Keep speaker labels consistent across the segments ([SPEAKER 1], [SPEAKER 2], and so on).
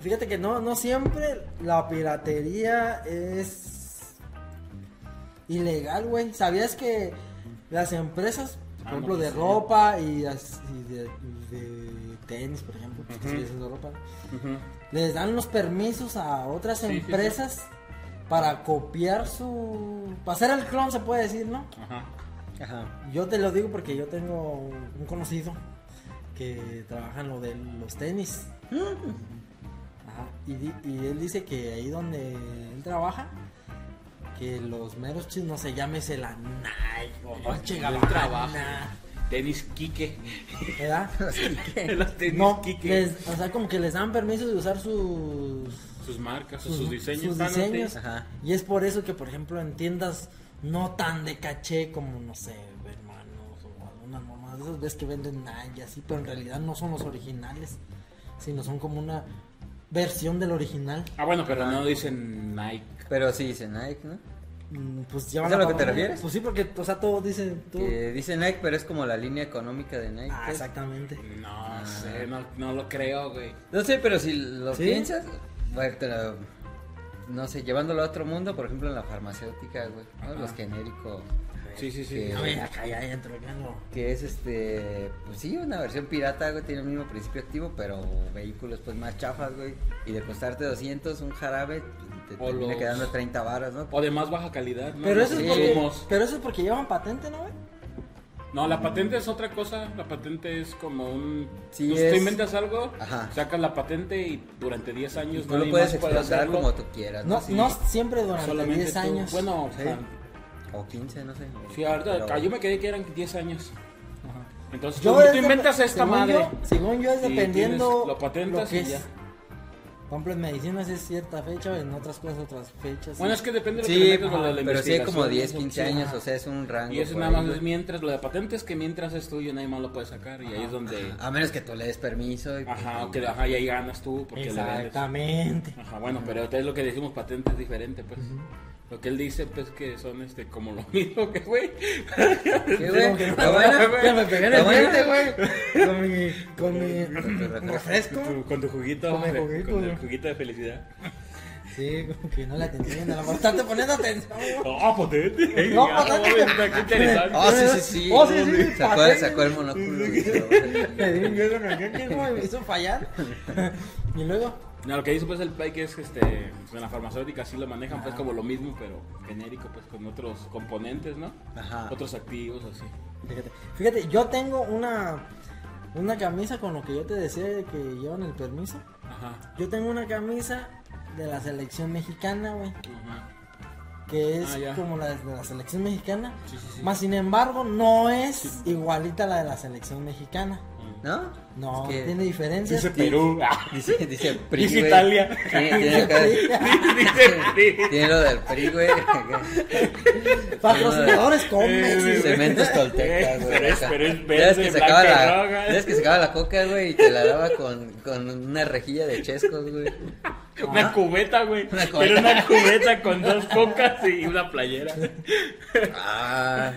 [SPEAKER 1] Fíjate que no, no siempre la piratería es ilegal, güey. ¿Sabías que las empresas, por
[SPEAKER 2] Ah,
[SPEAKER 1] ejemplo,
[SPEAKER 2] no,
[SPEAKER 1] de
[SPEAKER 2] sí.
[SPEAKER 1] ropa y, las- y de, de tenis, por ejemplo, que
[SPEAKER 2] Ujú.
[SPEAKER 1] sigue siendo ropa,
[SPEAKER 2] Ujú.
[SPEAKER 1] les dan los permisos a otras
[SPEAKER 2] Sí, sí, sí.
[SPEAKER 1] empresas para copiar su... para hacer el clon, se puede decir, ¿no?
[SPEAKER 2] Ajá.
[SPEAKER 1] Ajá. Yo te lo digo porque yo tengo un conocido que trabaja en lo de los tenis. Ajá. Y, di- y él dice que ahí donde él trabaja, que los meros chinos, no sé, llámese la Nike o Dolce
[SPEAKER 2] Él
[SPEAKER 1] Gabbana,
[SPEAKER 2] trabaja. Tenis Quique.
[SPEAKER 1] ¿verdad?
[SPEAKER 2] Los tenis
[SPEAKER 1] no,
[SPEAKER 2] Quique.
[SPEAKER 1] les- o sea, como que les dan permiso de usar sus,
[SPEAKER 2] Sus marcas, sus, sus diseños.
[SPEAKER 1] sus
[SPEAKER 2] Ah, no, sí.
[SPEAKER 1] diseños.
[SPEAKER 3] Ajá.
[SPEAKER 1] Y es por eso que, por ejemplo, en tiendas no tan de caché como, no sé, hermanos o algunas mamás de esas ves que venden Nike y así, pero en realidad no son los originales, sino son como una versión del original.
[SPEAKER 2] Ah, bueno, pero no dicen Nike.
[SPEAKER 3] Pero sí dice Nike, ¿no?
[SPEAKER 1] Mm, Pues ya
[SPEAKER 3] ¿Es
[SPEAKER 1] van
[SPEAKER 3] a lo
[SPEAKER 1] pagar
[SPEAKER 3] que te
[SPEAKER 1] una-
[SPEAKER 3] refieres?
[SPEAKER 1] Pues sí, porque, o sea, todos dicen. todo-
[SPEAKER 3] Que dice Nike, pero es como la línea económica de Nike.
[SPEAKER 1] Ah,
[SPEAKER 3] pues.
[SPEAKER 1] exactamente.
[SPEAKER 2] No sé, no, no lo creo, güey.
[SPEAKER 3] No sé, pero si lo
[SPEAKER 1] ¿Sí?
[SPEAKER 3] piensas, bueno, te lo- no sé, llevándolo a otro mundo, por ejemplo en la farmacéutica, güey, ¿no?
[SPEAKER 2] Ajá.
[SPEAKER 3] los genéricos,
[SPEAKER 2] Sí, sí, sí.
[SPEAKER 3] Que-
[SPEAKER 1] A ver, acá ya entro, ya no.
[SPEAKER 3] que es este, pues sí, una versión pirata, güey, tiene el mismo principio activo, pero vehículos pues más chafas, güey, y de costarte 200 un jarabe, te
[SPEAKER 2] O
[SPEAKER 3] termina
[SPEAKER 2] los-
[SPEAKER 3] quedando 30 varas, ¿no?
[SPEAKER 2] O de más baja calidad. ¿no?
[SPEAKER 1] Pero
[SPEAKER 2] No
[SPEAKER 1] eso, es
[SPEAKER 3] sí.
[SPEAKER 1] porque,
[SPEAKER 2] insumos.
[SPEAKER 1] pero eso es porque llevan patente, ¿no, güey?
[SPEAKER 2] No, la patente es otra cosa. La patente es como un. pues,
[SPEAKER 3] Sí,
[SPEAKER 2] tú, tú
[SPEAKER 3] es-
[SPEAKER 2] inventas algo,
[SPEAKER 3] Ajá.
[SPEAKER 2] sacas la patente y durante 10 años
[SPEAKER 3] No lo
[SPEAKER 2] nadie
[SPEAKER 3] puedes
[SPEAKER 2] más puede
[SPEAKER 3] explotar
[SPEAKER 2] hacerlo.
[SPEAKER 3] como tú quieras, ¿no?
[SPEAKER 1] No,
[SPEAKER 3] Pues Sí.
[SPEAKER 1] no siempre durante
[SPEAKER 2] Solamente
[SPEAKER 1] 10
[SPEAKER 2] tú.
[SPEAKER 1] años.
[SPEAKER 2] Bueno, ah,
[SPEAKER 3] Sí. O 15, no sé.
[SPEAKER 2] sí, ahorita,
[SPEAKER 3] Pero-
[SPEAKER 2] yo me quedé que eran 10 años. Entonces,
[SPEAKER 1] Yo
[SPEAKER 2] tú, tú
[SPEAKER 1] es de-
[SPEAKER 2] inventas esta
[SPEAKER 1] según
[SPEAKER 2] madre.
[SPEAKER 1] yo- según yo es
[SPEAKER 2] Y
[SPEAKER 1] dependiendo
[SPEAKER 2] tienes- lo patentas
[SPEAKER 1] que
[SPEAKER 2] y ya.
[SPEAKER 1] es. Por ejemplo, en medicinas es cierta fecha, en otras cosas otras fechas.
[SPEAKER 2] Bueno, es que depende de lo que
[SPEAKER 3] Sí,
[SPEAKER 2] le metas lo de la
[SPEAKER 3] pero sí hay como
[SPEAKER 2] investigación,
[SPEAKER 3] 10,
[SPEAKER 2] eso.
[SPEAKER 3] 15
[SPEAKER 2] Sí.
[SPEAKER 3] años, o sea, es un rango.
[SPEAKER 2] Y eso
[SPEAKER 3] por
[SPEAKER 2] nada
[SPEAKER 3] ahí,
[SPEAKER 2] más
[SPEAKER 3] güey.
[SPEAKER 2] es mientras, lo de patentes que mientras es tuyo nadie más lo puede sacar y ahí es donde...
[SPEAKER 3] A menos que tú le des permiso. Y, pues,
[SPEAKER 2] Ajá, que, ajá, y ahí ganas tú porque le vendes.
[SPEAKER 1] Exactamente.
[SPEAKER 2] Ajá, bueno, pero es lo que decimos patentes diferente, pues. Lo que él dice, pues, que son, este, como lo mismo que, güey.
[SPEAKER 3] ¿Qué, güey?
[SPEAKER 1] que no-
[SPEAKER 3] Está buena, güey.
[SPEAKER 1] Ya me pegué en el
[SPEAKER 3] Está buena.
[SPEAKER 1] diente, güey. Con mi, con mi refresco.
[SPEAKER 2] Con tu- con tu juguito,
[SPEAKER 1] Con mi
[SPEAKER 2] de-
[SPEAKER 1] juguito,
[SPEAKER 2] con
[SPEAKER 1] güey.
[SPEAKER 2] el juguito de felicidad.
[SPEAKER 1] Sí, como que no la entendí. A lo mejor estás poniendo atención. güey.
[SPEAKER 2] ¡Ah, patente!
[SPEAKER 1] No,
[SPEAKER 2] Ah,
[SPEAKER 1] patente.
[SPEAKER 2] güey, qué interesante.
[SPEAKER 3] Ah, sí, sí, sí.
[SPEAKER 1] Oh, sí, sí, sí,
[SPEAKER 3] Sacó,
[SPEAKER 1] patente.
[SPEAKER 3] sacó el monóculo. güey.
[SPEAKER 1] Me di un miedo en el que güey, me hizo fallar. Y luego,
[SPEAKER 2] No, lo que dice pues el Pike es que este, en la farmacéutica sí lo manejan pues como lo mismo, pero genérico pues con otros componentes, ¿no?
[SPEAKER 3] Ajá.
[SPEAKER 2] Otros activos, así.
[SPEAKER 1] fíjate, fíjate, yo tengo una, una camisa con lo que yo te decía de que llevan el permiso.
[SPEAKER 2] Ajá.
[SPEAKER 1] Yo tengo una camisa de la selección mexicana, güey.
[SPEAKER 2] Ajá.
[SPEAKER 1] que es
[SPEAKER 2] Ah, ya.
[SPEAKER 1] como la de la selección mexicana.
[SPEAKER 2] Sí, sí, sí.
[SPEAKER 1] Más sin embargo, no es igualita a la de la selección mexicana.
[SPEAKER 3] ¿No?
[SPEAKER 1] No,
[SPEAKER 3] Es que-
[SPEAKER 1] tiene diferencias.
[SPEAKER 2] Dice Perú.
[SPEAKER 3] Dice, dice PRI,
[SPEAKER 2] Dice
[SPEAKER 3] güey.
[SPEAKER 2] Italia.
[SPEAKER 3] Tiene, tiene acá-
[SPEAKER 2] dice PRI.
[SPEAKER 3] tiene lo del PRI, güey.
[SPEAKER 1] Patrocinadores Comex.
[SPEAKER 2] Eh,
[SPEAKER 1] güey.
[SPEAKER 3] Cementos toltecas, güey.
[SPEAKER 2] Pero es- pero es verde,
[SPEAKER 3] Ya ves que se acaba
[SPEAKER 2] blanca y
[SPEAKER 3] la,
[SPEAKER 2] roja.
[SPEAKER 3] ya ves que se acaba la coca, güey, y te la daba con, con una rejilla de chescos, güey.
[SPEAKER 2] Una cubeta, güey.
[SPEAKER 3] Una cubeta.
[SPEAKER 2] Era una cubeta con dos cocas y una playera.
[SPEAKER 3] Ah,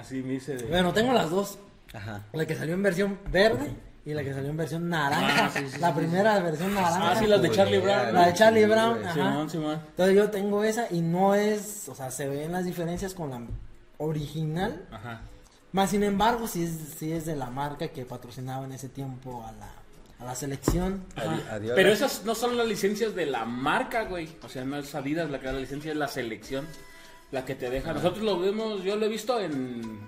[SPEAKER 2] Así me hice de...
[SPEAKER 1] Bueno, tengo las dos.
[SPEAKER 3] ajá.
[SPEAKER 1] La que salió en versión verde y la que salió en versión naranja. la primera versión naranja.
[SPEAKER 2] Ah, sí, las de Charlie Brown.
[SPEAKER 1] La de Charlie Brown,
[SPEAKER 3] Sí,
[SPEAKER 1] ajá.
[SPEAKER 2] Simón, Simón.
[SPEAKER 1] Entonces yo tengo esa y no es, o sea, se ven las diferencias con la original.
[SPEAKER 2] Ajá.
[SPEAKER 1] Más sin embargo, si es, sí es de la marca que patrocinaba en ese tiempo a la, a la selección.
[SPEAKER 3] Adi- adiós.
[SPEAKER 2] Pero esas no son las licencias de la marca, güey. O sea, no es Adidas la que da la licencia, es la selección. La que te deja. Nosotros lo vemos, yo lo he visto en,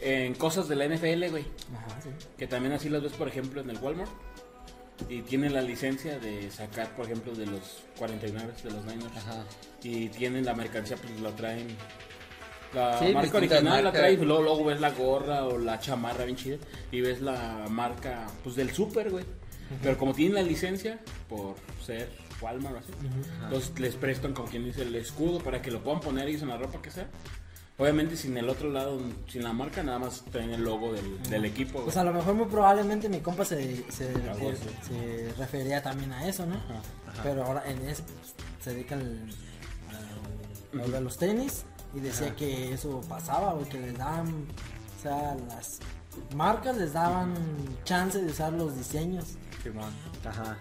[SPEAKER 2] en cosas de la NFL, güey.
[SPEAKER 1] Ajá, sí.
[SPEAKER 2] Que también así las ves, por ejemplo, en el Walmart. Y tienen la licencia de sacar, por ejemplo, de los 49, de los Niners.
[SPEAKER 3] Ajá.
[SPEAKER 2] Y tienen la mercancía, pues la traen. La
[SPEAKER 3] Sí,
[SPEAKER 2] marca
[SPEAKER 3] distintas
[SPEAKER 2] original la
[SPEAKER 3] marcas.
[SPEAKER 2] trae y luego, luego ves la gorra o la chamarra bien chida y ves la marca pues del super, güey. Pero como tienen la licencia por ser Walmart o así, entonces les prestan como quien dice el escudo para que lo puedan poner ellos en la ropa que sea. Obviamente sin el otro lado, sin la marca, nada más traen el logo del, del equipo. güey.
[SPEAKER 1] Pues a lo mejor muy probablemente mi compa se, se,
[SPEAKER 2] Algo así.
[SPEAKER 1] se- se refería también a eso, ¿no? Pero ahora en ese pues, se dedica al, al- a los tenis y decía que eso pasaba, güey, que les daban, o sea, las marcas les daban chance de usar los diseños.
[SPEAKER 2] Simón.
[SPEAKER 3] Ajá.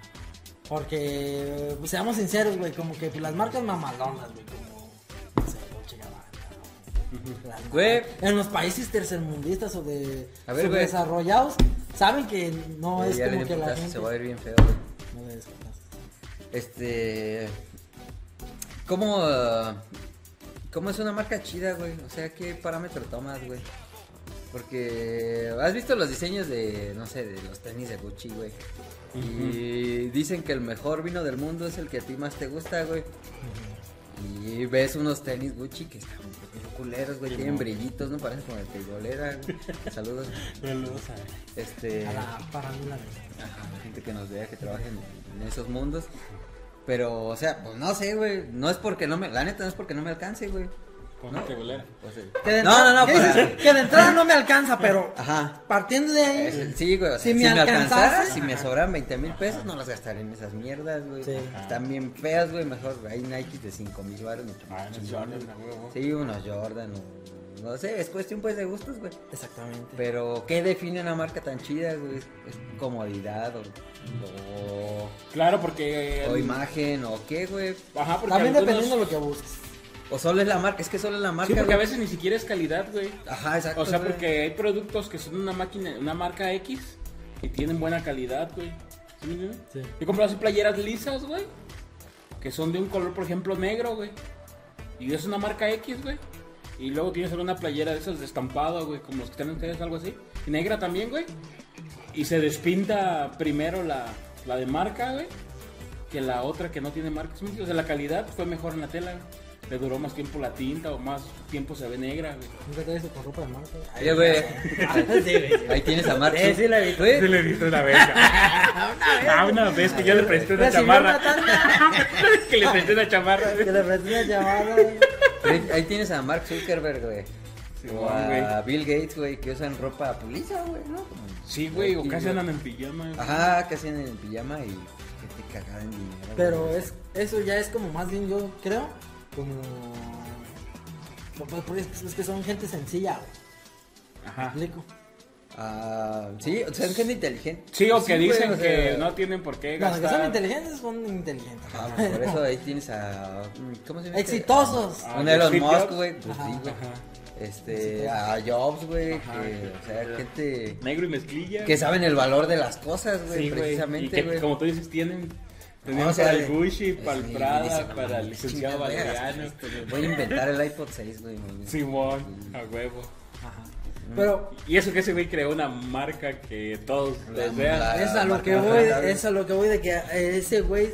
[SPEAKER 1] Porque, pues, seamos sinceros, güey, como que pues, las marcas mamalonas, güey, como, no sé, Dolce Gabbana, ¿no? Las-
[SPEAKER 3] Güey.
[SPEAKER 1] En los países tercermundistas o de
[SPEAKER 3] A ver, güey.
[SPEAKER 1] subdesarrollados, saben que no
[SPEAKER 3] Güey,
[SPEAKER 1] es
[SPEAKER 3] ya le di
[SPEAKER 1] como
[SPEAKER 3] un
[SPEAKER 1] que la
[SPEAKER 3] putazo,
[SPEAKER 1] gente...
[SPEAKER 3] Se va a ver bien feo, güey.
[SPEAKER 1] No le des putazos.
[SPEAKER 3] Este. ¿Cómo. eh, ¿Cómo es una marca chida, güey? O sea, ¿qué parámetro tomas, güey? Porque. ¿Has visto los diseños de. No sé, de los tenis de Gucci, güey? Y dicen que el mejor vino del mundo es el que a ti más te gusta, güey. Y ves unos tenis Gucci que están bien culeros, güey. Tienen brillitos, ¿no? Parecen como de pegolera, güey. Saludos. Este.
[SPEAKER 1] A la parábola de...
[SPEAKER 3] Ajá, la gente que nos vea, que trabaje en, en esos mundos. Pero, o sea, pues no sé, güey. No es porque no me. La neta no es porque no me alcance, güey.
[SPEAKER 2] Con la tebolera.
[SPEAKER 3] O sea,
[SPEAKER 1] Que de
[SPEAKER 3] no, no, no,
[SPEAKER 1] entrada-
[SPEAKER 3] para-
[SPEAKER 1] que de- Que de entrada no me alcanza, pero
[SPEAKER 3] Ajá.
[SPEAKER 1] partiendo de ahí.
[SPEAKER 3] Es- Sí, güey. o sea,
[SPEAKER 1] Si
[SPEAKER 3] si,
[SPEAKER 1] me
[SPEAKER 3] me alcanzara,
[SPEAKER 1] alcanzase-
[SPEAKER 3] si me sobran 20 mil pesos, no los gastaré en esas mierdas, güey.
[SPEAKER 1] Sí.
[SPEAKER 3] Están bien feas, güey. Mejor hay Nike de 5 mil baros.
[SPEAKER 2] Ah, no, Jordan, a huevo.
[SPEAKER 3] Sí, unos Jordan. o- No sé, es cuestión pues de gustos, güey.
[SPEAKER 1] Exactamente.
[SPEAKER 3] Pero, ¿qué define una marca tan chida, güey? ¿Es es comodidad o, o-
[SPEAKER 2] Claro, porque.
[SPEAKER 3] o imagen o qué, güey?
[SPEAKER 2] Ajá, porque.
[SPEAKER 1] También
[SPEAKER 2] algunos-
[SPEAKER 1] dependiendo de lo que busques.
[SPEAKER 3] O solo es la marca, es que solo es la marca.
[SPEAKER 2] Sí, porque a
[SPEAKER 3] güey.
[SPEAKER 2] veces ni siquiera es calidad, güey.
[SPEAKER 3] Ajá, exacto.
[SPEAKER 2] O sea,
[SPEAKER 3] güey.
[SPEAKER 2] porque hay productos que son una máquina, una marca X y tienen buena calidad, güey. ¿Sí me entiendes?
[SPEAKER 1] Sí.
[SPEAKER 2] Yo compré así playeras lisas, güey, que son de un color, por ejemplo, negro, güey. Y es una marca X, güey. Y luego tienes alguna playera de esas de estampado, güey, como los que tienen ustedes, algo así. Y negra también, güey. Y se despinta primero la, la de marca, güey, que la otra que no tiene marca. ¿Sí me entiendes? O sea, la calidad fue mejor en la tela, güey. Le duró más tiempo la tinta o más tiempo se ve negra, güey.
[SPEAKER 1] Nunca te eso con ropa de marca.
[SPEAKER 3] Oye, güey. Ahí tienes a Mark.
[SPEAKER 2] Eh,
[SPEAKER 3] Sí, sí, la vi. Güey,
[SPEAKER 4] Sí le he visto una vez. Ah, una vez que yo le presté una
[SPEAKER 1] Recibió
[SPEAKER 4] chamarra.
[SPEAKER 1] una tanda
[SPEAKER 4] que le presté una chamarra.
[SPEAKER 1] que le presté una llamada.
[SPEAKER 3] ahí- ahí tienes a Mark Zuckerberg, güey. o
[SPEAKER 2] Simón,
[SPEAKER 3] a
[SPEAKER 2] güey.
[SPEAKER 3] Bill Gates, güey, que usan ropa pulida, güey, ¿no?
[SPEAKER 2] Sí, güey, o
[SPEAKER 3] Aquí,
[SPEAKER 2] casi
[SPEAKER 3] güey.
[SPEAKER 2] andan en pijama. güey.
[SPEAKER 3] Ajá, casi en el pijama y gente cagada en dinero. güey.
[SPEAKER 1] Pero es, eso ya es como más bien, yo creo, como. no, pues, porque Es es que son gente sencilla, güey.
[SPEAKER 2] Ajá.
[SPEAKER 1] ¿Me explico?
[SPEAKER 3] Ah, sí, o sea, es gente inteligente.
[SPEAKER 2] Sí, o que
[SPEAKER 3] güey,
[SPEAKER 2] dicen
[SPEAKER 3] o sea,
[SPEAKER 2] que no tienen por qué
[SPEAKER 1] Bueno, que son
[SPEAKER 2] gastar.
[SPEAKER 1] inteligentes, son inteligentes.
[SPEAKER 3] Ah, pues, por eso ahí tienes a. mm, ¿Cómo se llama? este?
[SPEAKER 1] Exitosos.
[SPEAKER 2] Ah,
[SPEAKER 3] Un Elon
[SPEAKER 2] Steve
[SPEAKER 3] Musk,
[SPEAKER 2] Jobs.
[SPEAKER 3] güey. Pues sí, güey.
[SPEAKER 2] Ajá.
[SPEAKER 3] Este, a Jobs, güey.
[SPEAKER 2] Ajá.
[SPEAKER 3] que, O sea, gente.
[SPEAKER 2] Negro y mezclilla.
[SPEAKER 3] Que saben el valor de las cosas, güey,
[SPEAKER 2] Sí, güey. Y
[SPEAKER 3] precisamente,
[SPEAKER 2] que,
[SPEAKER 3] güey.
[SPEAKER 2] como tú dices, tienen.
[SPEAKER 3] No, o
[SPEAKER 2] Tenemos
[SPEAKER 3] sea,
[SPEAKER 2] para
[SPEAKER 3] de-
[SPEAKER 2] el Gucci,
[SPEAKER 3] es
[SPEAKER 2] para el
[SPEAKER 3] mi- dice,
[SPEAKER 2] Prada,
[SPEAKER 3] no,
[SPEAKER 2] para el
[SPEAKER 3] mames,
[SPEAKER 2] licenciado pues,
[SPEAKER 3] chingada,
[SPEAKER 2] Valeriano.
[SPEAKER 3] Voy a inventar el iPod 6, güey. muy bien.
[SPEAKER 2] Simón, a huevo.
[SPEAKER 1] Ajá. Pero
[SPEAKER 2] Y eso que ese güey creó una marca que todos
[SPEAKER 3] La-
[SPEAKER 2] desean.
[SPEAKER 3] la-
[SPEAKER 1] Es a lo que
[SPEAKER 3] Ah, marca
[SPEAKER 1] voy,
[SPEAKER 3] rentable.
[SPEAKER 1] es a lo que voy de que eh, ese güey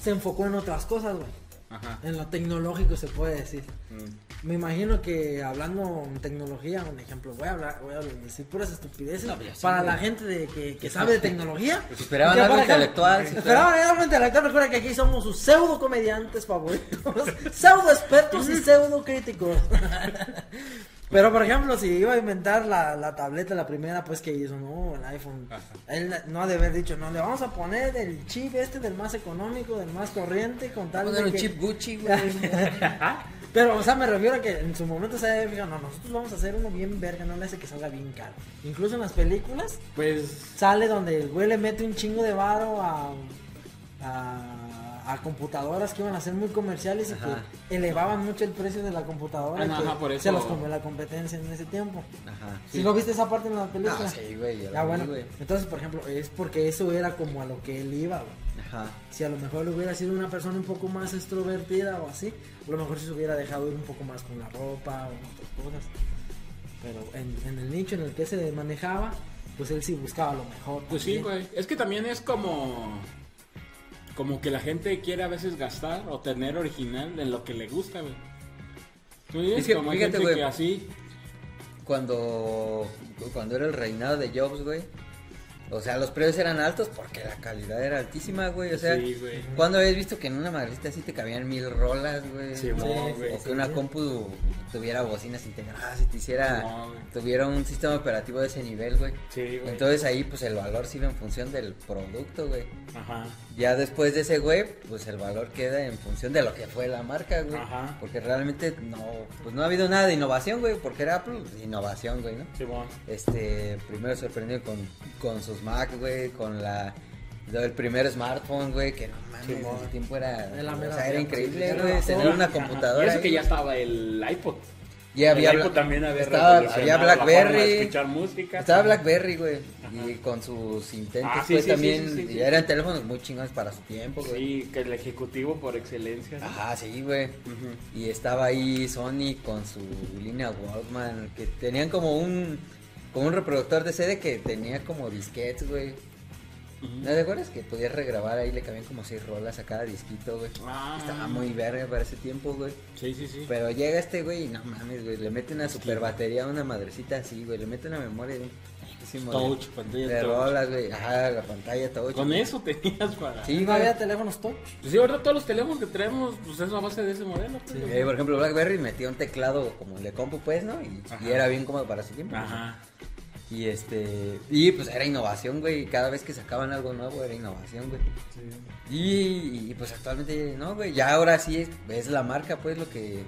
[SPEAKER 1] se enfocó en otras cosas, güey.
[SPEAKER 2] Ajá.
[SPEAKER 1] En lo tecnológico se puede decir.
[SPEAKER 2] Mm.
[SPEAKER 1] Me imagino que hablando en tecnología, un ejemplo, voy a hablar, voy a decir puras estupideces
[SPEAKER 3] No, pero sí,
[SPEAKER 1] para
[SPEAKER 3] güey.
[SPEAKER 1] la gente de que, que sabe de tecnología.
[SPEAKER 3] Pues esperaban
[SPEAKER 1] Y que
[SPEAKER 3] algo
[SPEAKER 1] para acá-
[SPEAKER 3] intelectual, sí,
[SPEAKER 1] Esperaban algo intelectual. Recuerda que aquí somos sus pseudo comediantes favoritos, pseudo expertos y pseudo críticos. Pero por ejemplo, si iba a inventar la, la tableta, la primera, pues que hizo, ¿no? El iPhone. Él no ha de haber dicho, no, le vamos a poner el chip este del más económico, del más corriente, con tal
[SPEAKER 3] Poner
[SPEAKER 1] de
[SPEAKER 3] un
[SPEAKER 1] que...
[SPEAKER 3] chip Gucci, güey.
[SPEAKER 1] Pero, o sea, me refiero a que en su momento se había fijado, no, nosotros vamos a hacer uno bien verga, no le hace que salga bien caro. Incluso en las películas
[SPEAKER 2] Pues.
[SPEAKER 1] sale donde el güey le mete un chingo de varo a, a, a computadoras que iban a ser muy comerciales y
[SPEAKER 3] Ajá.
[SPEAKER 1] que elevaban mucho el precio de la computadora.
[SPEAKER 2] Ah,
[SPEAKER 1] y
[SPEAKER 2] no,
[SPEAKER 1] que
[SPEAKER 2] ajá, por
[SPEAKER 1] Se
[SPEAKER 2] eso-
[SPEAKER 1] los comió la competencia en ese tiempo.
[SPEAKER 3] Ajá.
[SPEAKER 1] Si lo viste esa parte en la película.
[SPEAKER 3] Ah, sí, güey. ya lo
[SPEAKER 1] Ah,
[SPEAKER 3] vi,
[SPEAKER 1] bueno.
[SPEAKER 3] güey.
[SPEAKER 1] Entonces, por ejemplo, es porque eso era como a lo que él iba, güey.
[SPEAKER 3] Ajá.
[SPEAKER 1] Si a lo mejor hubiera sido una persona un poco más extrovertida o así, a lo mejor se hubiera dejado ir un poco más con la ropa o otras cosas. Pero en, en el nicho en el que se manejaba, pues él sí buscaba lo mejor.
[SPEAKER 2] Pues sí,
[SPEAKER 1] también.
[SPEAKER 2] güey. Es que también es como. Como que la gente quiere a veces gastar o tener original en lo que le gusta, güey. ¿Tú dices?
[SPEAKER 3] Es que,
[SPEAKER 2] como hay
[SPEAKER 3] fíjate,
[SPEAKER 2] gente
[SPEAKER 3] güey.
[SPEAKER 2] que así.
[SPEAKER 3] Cuando, cuando era el reinado de Jobs, güey. O sea, los precios eran altos porque la calidad era altísima, güey. O sea,
[SPEAKER 2] Sí, güey.
[SPEAKER 3] ¿cuándo habías visto que en una madrecita así te cabían mil rolas, güey?
[SPEAKER 2] Sí, güey.
[SPEAKER 3] O que
[SPEAKER 1] Sí,
[SPEAKER 3] una
[SPEAKER 1] sí.
[SPEAKER 3] compu tuviera bocinas integradas y te hiciera,
[SPEAKER 2] No, güey.
[SPEAKER 3] tuviera un sistema operativo de ese nivel, güey.
[SPEAKER 2] Sí, güey.
[SPEAKER 3] Entonces ahí, pues el valor sirve en función del producto, güey.
[SPEAKER 2] Ajá.
[SPEAKER 3] Ya después de ese güey, pues el valor queda en función de lo que fue la marca, güey.
[SPEAKER 2] Ajá.
[SPEAKER 3] Porque realmente no, pues no ha habido nada de innovación, güey, porque era Apple, pues, innovación, güey, ¿no?
[SPEAKER 2] Simón.
[SPEAKER 3] Este, primero sorprendió con, con sus Mac, güey, con la El primer smartphone, güey, que no mames,
[SPEAKER 1] Sí,
[SPEAKER 3] en
[SPEAKER 1] mon.
[SPEAKER 3] ese tiempo era,
[SPEAKER 1] Es la
[SPEAKER 3] o
[SPEAKER 1] mera
[SPEAKER 3] sea, era
[SPEAKER 1] mera,
[SPEAKER 3] increíble,
[SPEAKER 1] sí,
[SPEAKER 3] güey,
[SPEAKER 1] era
[SPEAKER 3] tener
[SPEAKER 1] todo.
[SPEAKER 3] una
[SPEAKER 1] Ajá.
[SPEAKER 3] computadora.
[SPEAKER 2] Y eso
[SPEAKER 3] ahí,
[SPEAKER 2] que ya estaba el iPod.
[SPEAKER 3] Ya había
[SPEAKER 2] el
[SPEAKER 3] Bla-
[SPEAKER 2] iPod también había
[SPEAKER 3] estaba-
[SPEAKER 2] revolucionado
[SPEAKER 3] había
[SPEAKER 2] La forma
[SPEAKER 3] Blackberry.
[SPEAKER 2] de escuchar música.
[SPEAKER 3] Estaba BlackBerry, güey, y con sus intentos,
[SPEAKER 2] Ah, sí,
[SPEAKER 3] güey,
[SPEAKER 2] sí, sí,
[SPEAKER 3] también,
[SPEAKER 2] sí, sí, sí.
[SPEAKER 3] y eran teléfonos muy chingones para su tiempo, güey. Ah.
[SPEAKER 2] Sí, que el ejecutivo por excelencia. ¿no?
[SPEAKER 3] Ajá, sí, güey.
[SPEAKER 2] Ujú.
[SPEAKER 3] Y estaba ahí Sony con su línea Walkman, que tenían como un como un reproductor de CD que tenía como disquetes, güey.
[SPEAKER 2] Mm.
[SPEAKER 3] ¿No te acuerdas que podías regrabar ahí? Le cabían como seis rolas a cada disquito, güey.
[SPEAKER 2] Ah.
[SPEAKER 3] Estaba muy verga para ese tiempo, güey.
[SPEAKER 2] Sí, sí, sí.
[SPEAKER 3] Pero llega este güey y no mames, güey. Le meten una super batería a una madrecita así, güey. Le meten la memoria de un putísimo de-
[SPEAKER 2] Touch, pantalla
[SPEAKER 3] de
[SPEAKER 2] touch.
[SPEAKER 3] rolas, güey. Ajá, la pantalla touch.
[SPEAKER 2] Con eso tenías para.
[SPEAKER 3] ah, Sí,
[SPEAKER 1] no
[SPEAKER 3] güey.
[SPEAKER 1] había teléfonos touch.
[SPEAKER 2] Pues sí, ahorita todos los teléfonos que traemos, pues es a base de ese modelo. pues, güey.
[SPEAKER 3] Eh, por ejemplo, BlackBerry metía un teclado como el de compu, pues, ¿no? Y, y
[SPEAKER 2] Ajá.
[SPEAKER 3] era bien cómodo para su tiempo.
[SPEAKER 2] Ajá.
[SPEAKER 3] Y este. Y pues era innovación, güey. y Cada vez que sacaban algo nuevo era innovación, güey. Y, y, pues actualmente, no, güey. Ya ahora sí es, es la marca, pues, lo que.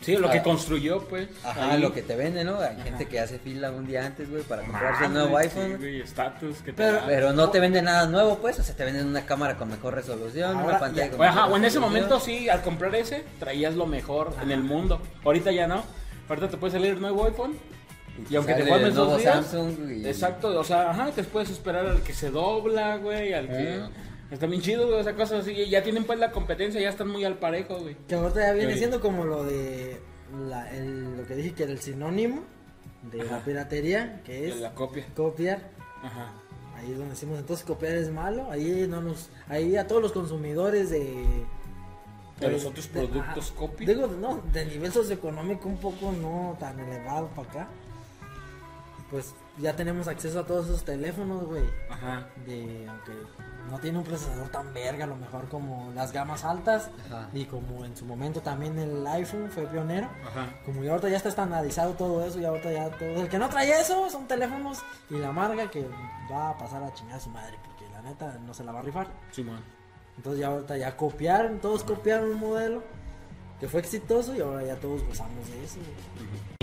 [SPEAKER 2] Sí, lo
[SPEAKER 3] Ah.
[SPEAKER 2] que construyó, pues.
[SPEAKER 3] Ajá,
[SPEAKER 2] ahí.
[SPEAKER 3] lo que te vende, ¿no? Hay gente que hace fila un día antes, güey, para comprarse
[SPEAKER 2] Ah,
[SPEAKER 3] un nuevo
[SPEAKER 2] güey,
[SPEAKER 3] iPhone.
[SPEAKER 2] Sí,
[SPEAKER 3] güey.
[SPEAKER 2] güey, estatus que te
[SPEAKER 1] Pero-
[SPEAKER 2] da.
[SPEAKER 3] pero no te venden nada nuevo, pues. O sea, te venden una cámara con mejor resolución,
[SPEAKER 1] Ahora,
[SPEAKER 3] una pantalla
[SPEAKER 1] y-
[SPEAKER 3] con
[SPEAKER 2] Bueno, Ajá,
[SPEAKER 3] mejor
[SPEAKER 2] o en ese
[SPEAKER 3] resolución.
[SPEAKER 2] momento sí, al comprar ese, traías lo mejor en el mundo. Ahorita ya no. Ahorita te puede salir el nuevo iPhone. Y, aunque te
[SPEAKER 3] sale
[SPEAKER 2] formes
[SPEAKER 3] el nuevo
[SPEAKER 2] dos días,
[SPEAKER 3] Samsung y-
[SPEAKER 2] Exacto, o sea, ajá, te puedes esperar al que se dobla, güey, al que...
[SPEAKER 3] Ah.
[SPEAKER 2] Está bien chido, güey, esa cosa así. y Ya tienen pues la competencia, ya están muy al parejo, güey.
[SPEAKER 1] Que ahorita ya viene
[SPEAKER 2] Sí.
[SPEAKER 1] siendo como lo de la- el- lo que dije que era el sinónimo de la piratería, que es
[SPEAKER 2] La copia.
[SPEAKER 1] copiar.
[SPEAKER 2] Ajá.
[SPEAKER 1] Ahí es donde decimos entonces copiar es malo, ahí no nos, ahí a todos los consumidores de
[SPEAKER 2] De los
[SPEAKER 1] pues,
[SPEAKER 2] otros
[SPEAKER 1] de-
[SPEAKER 2] productos
[SPEAKER 1] ajá,
[SPEAKER 2] copy.
[SPEAKER 1] Digo, no, de nivel socioeconómico un poco no tan elevado para acá. Pues ya tenemos acceso a todos esos teléfonos, güey.
[SPEAKER 2] Ajá.
[SPEAKER 1] De, aunque no tiene un procesador tan verga, a lo mejor como las gamas altas.
[SPEAKER 3] Ajá.
[SPEAKER 1] Y como en su momento también el iPhone fue pionero.
[SPEAKER 2] Ajá.
[SPEAKER 1] Como ya ahorita ya está estandarizado todo eso, y ahorita ya todo. El que no trae eso son teléfonos y la marca que va a pasar a chingar a su madre, porque la neta no se la va a rifar.
[SPEAKER 2] Simón.
[SPEAKER 1] Entonces ya ahorita ya copiaron, todos copiaron un modelo que fue exitoso y ahora ya todos gozamos de eso. güey.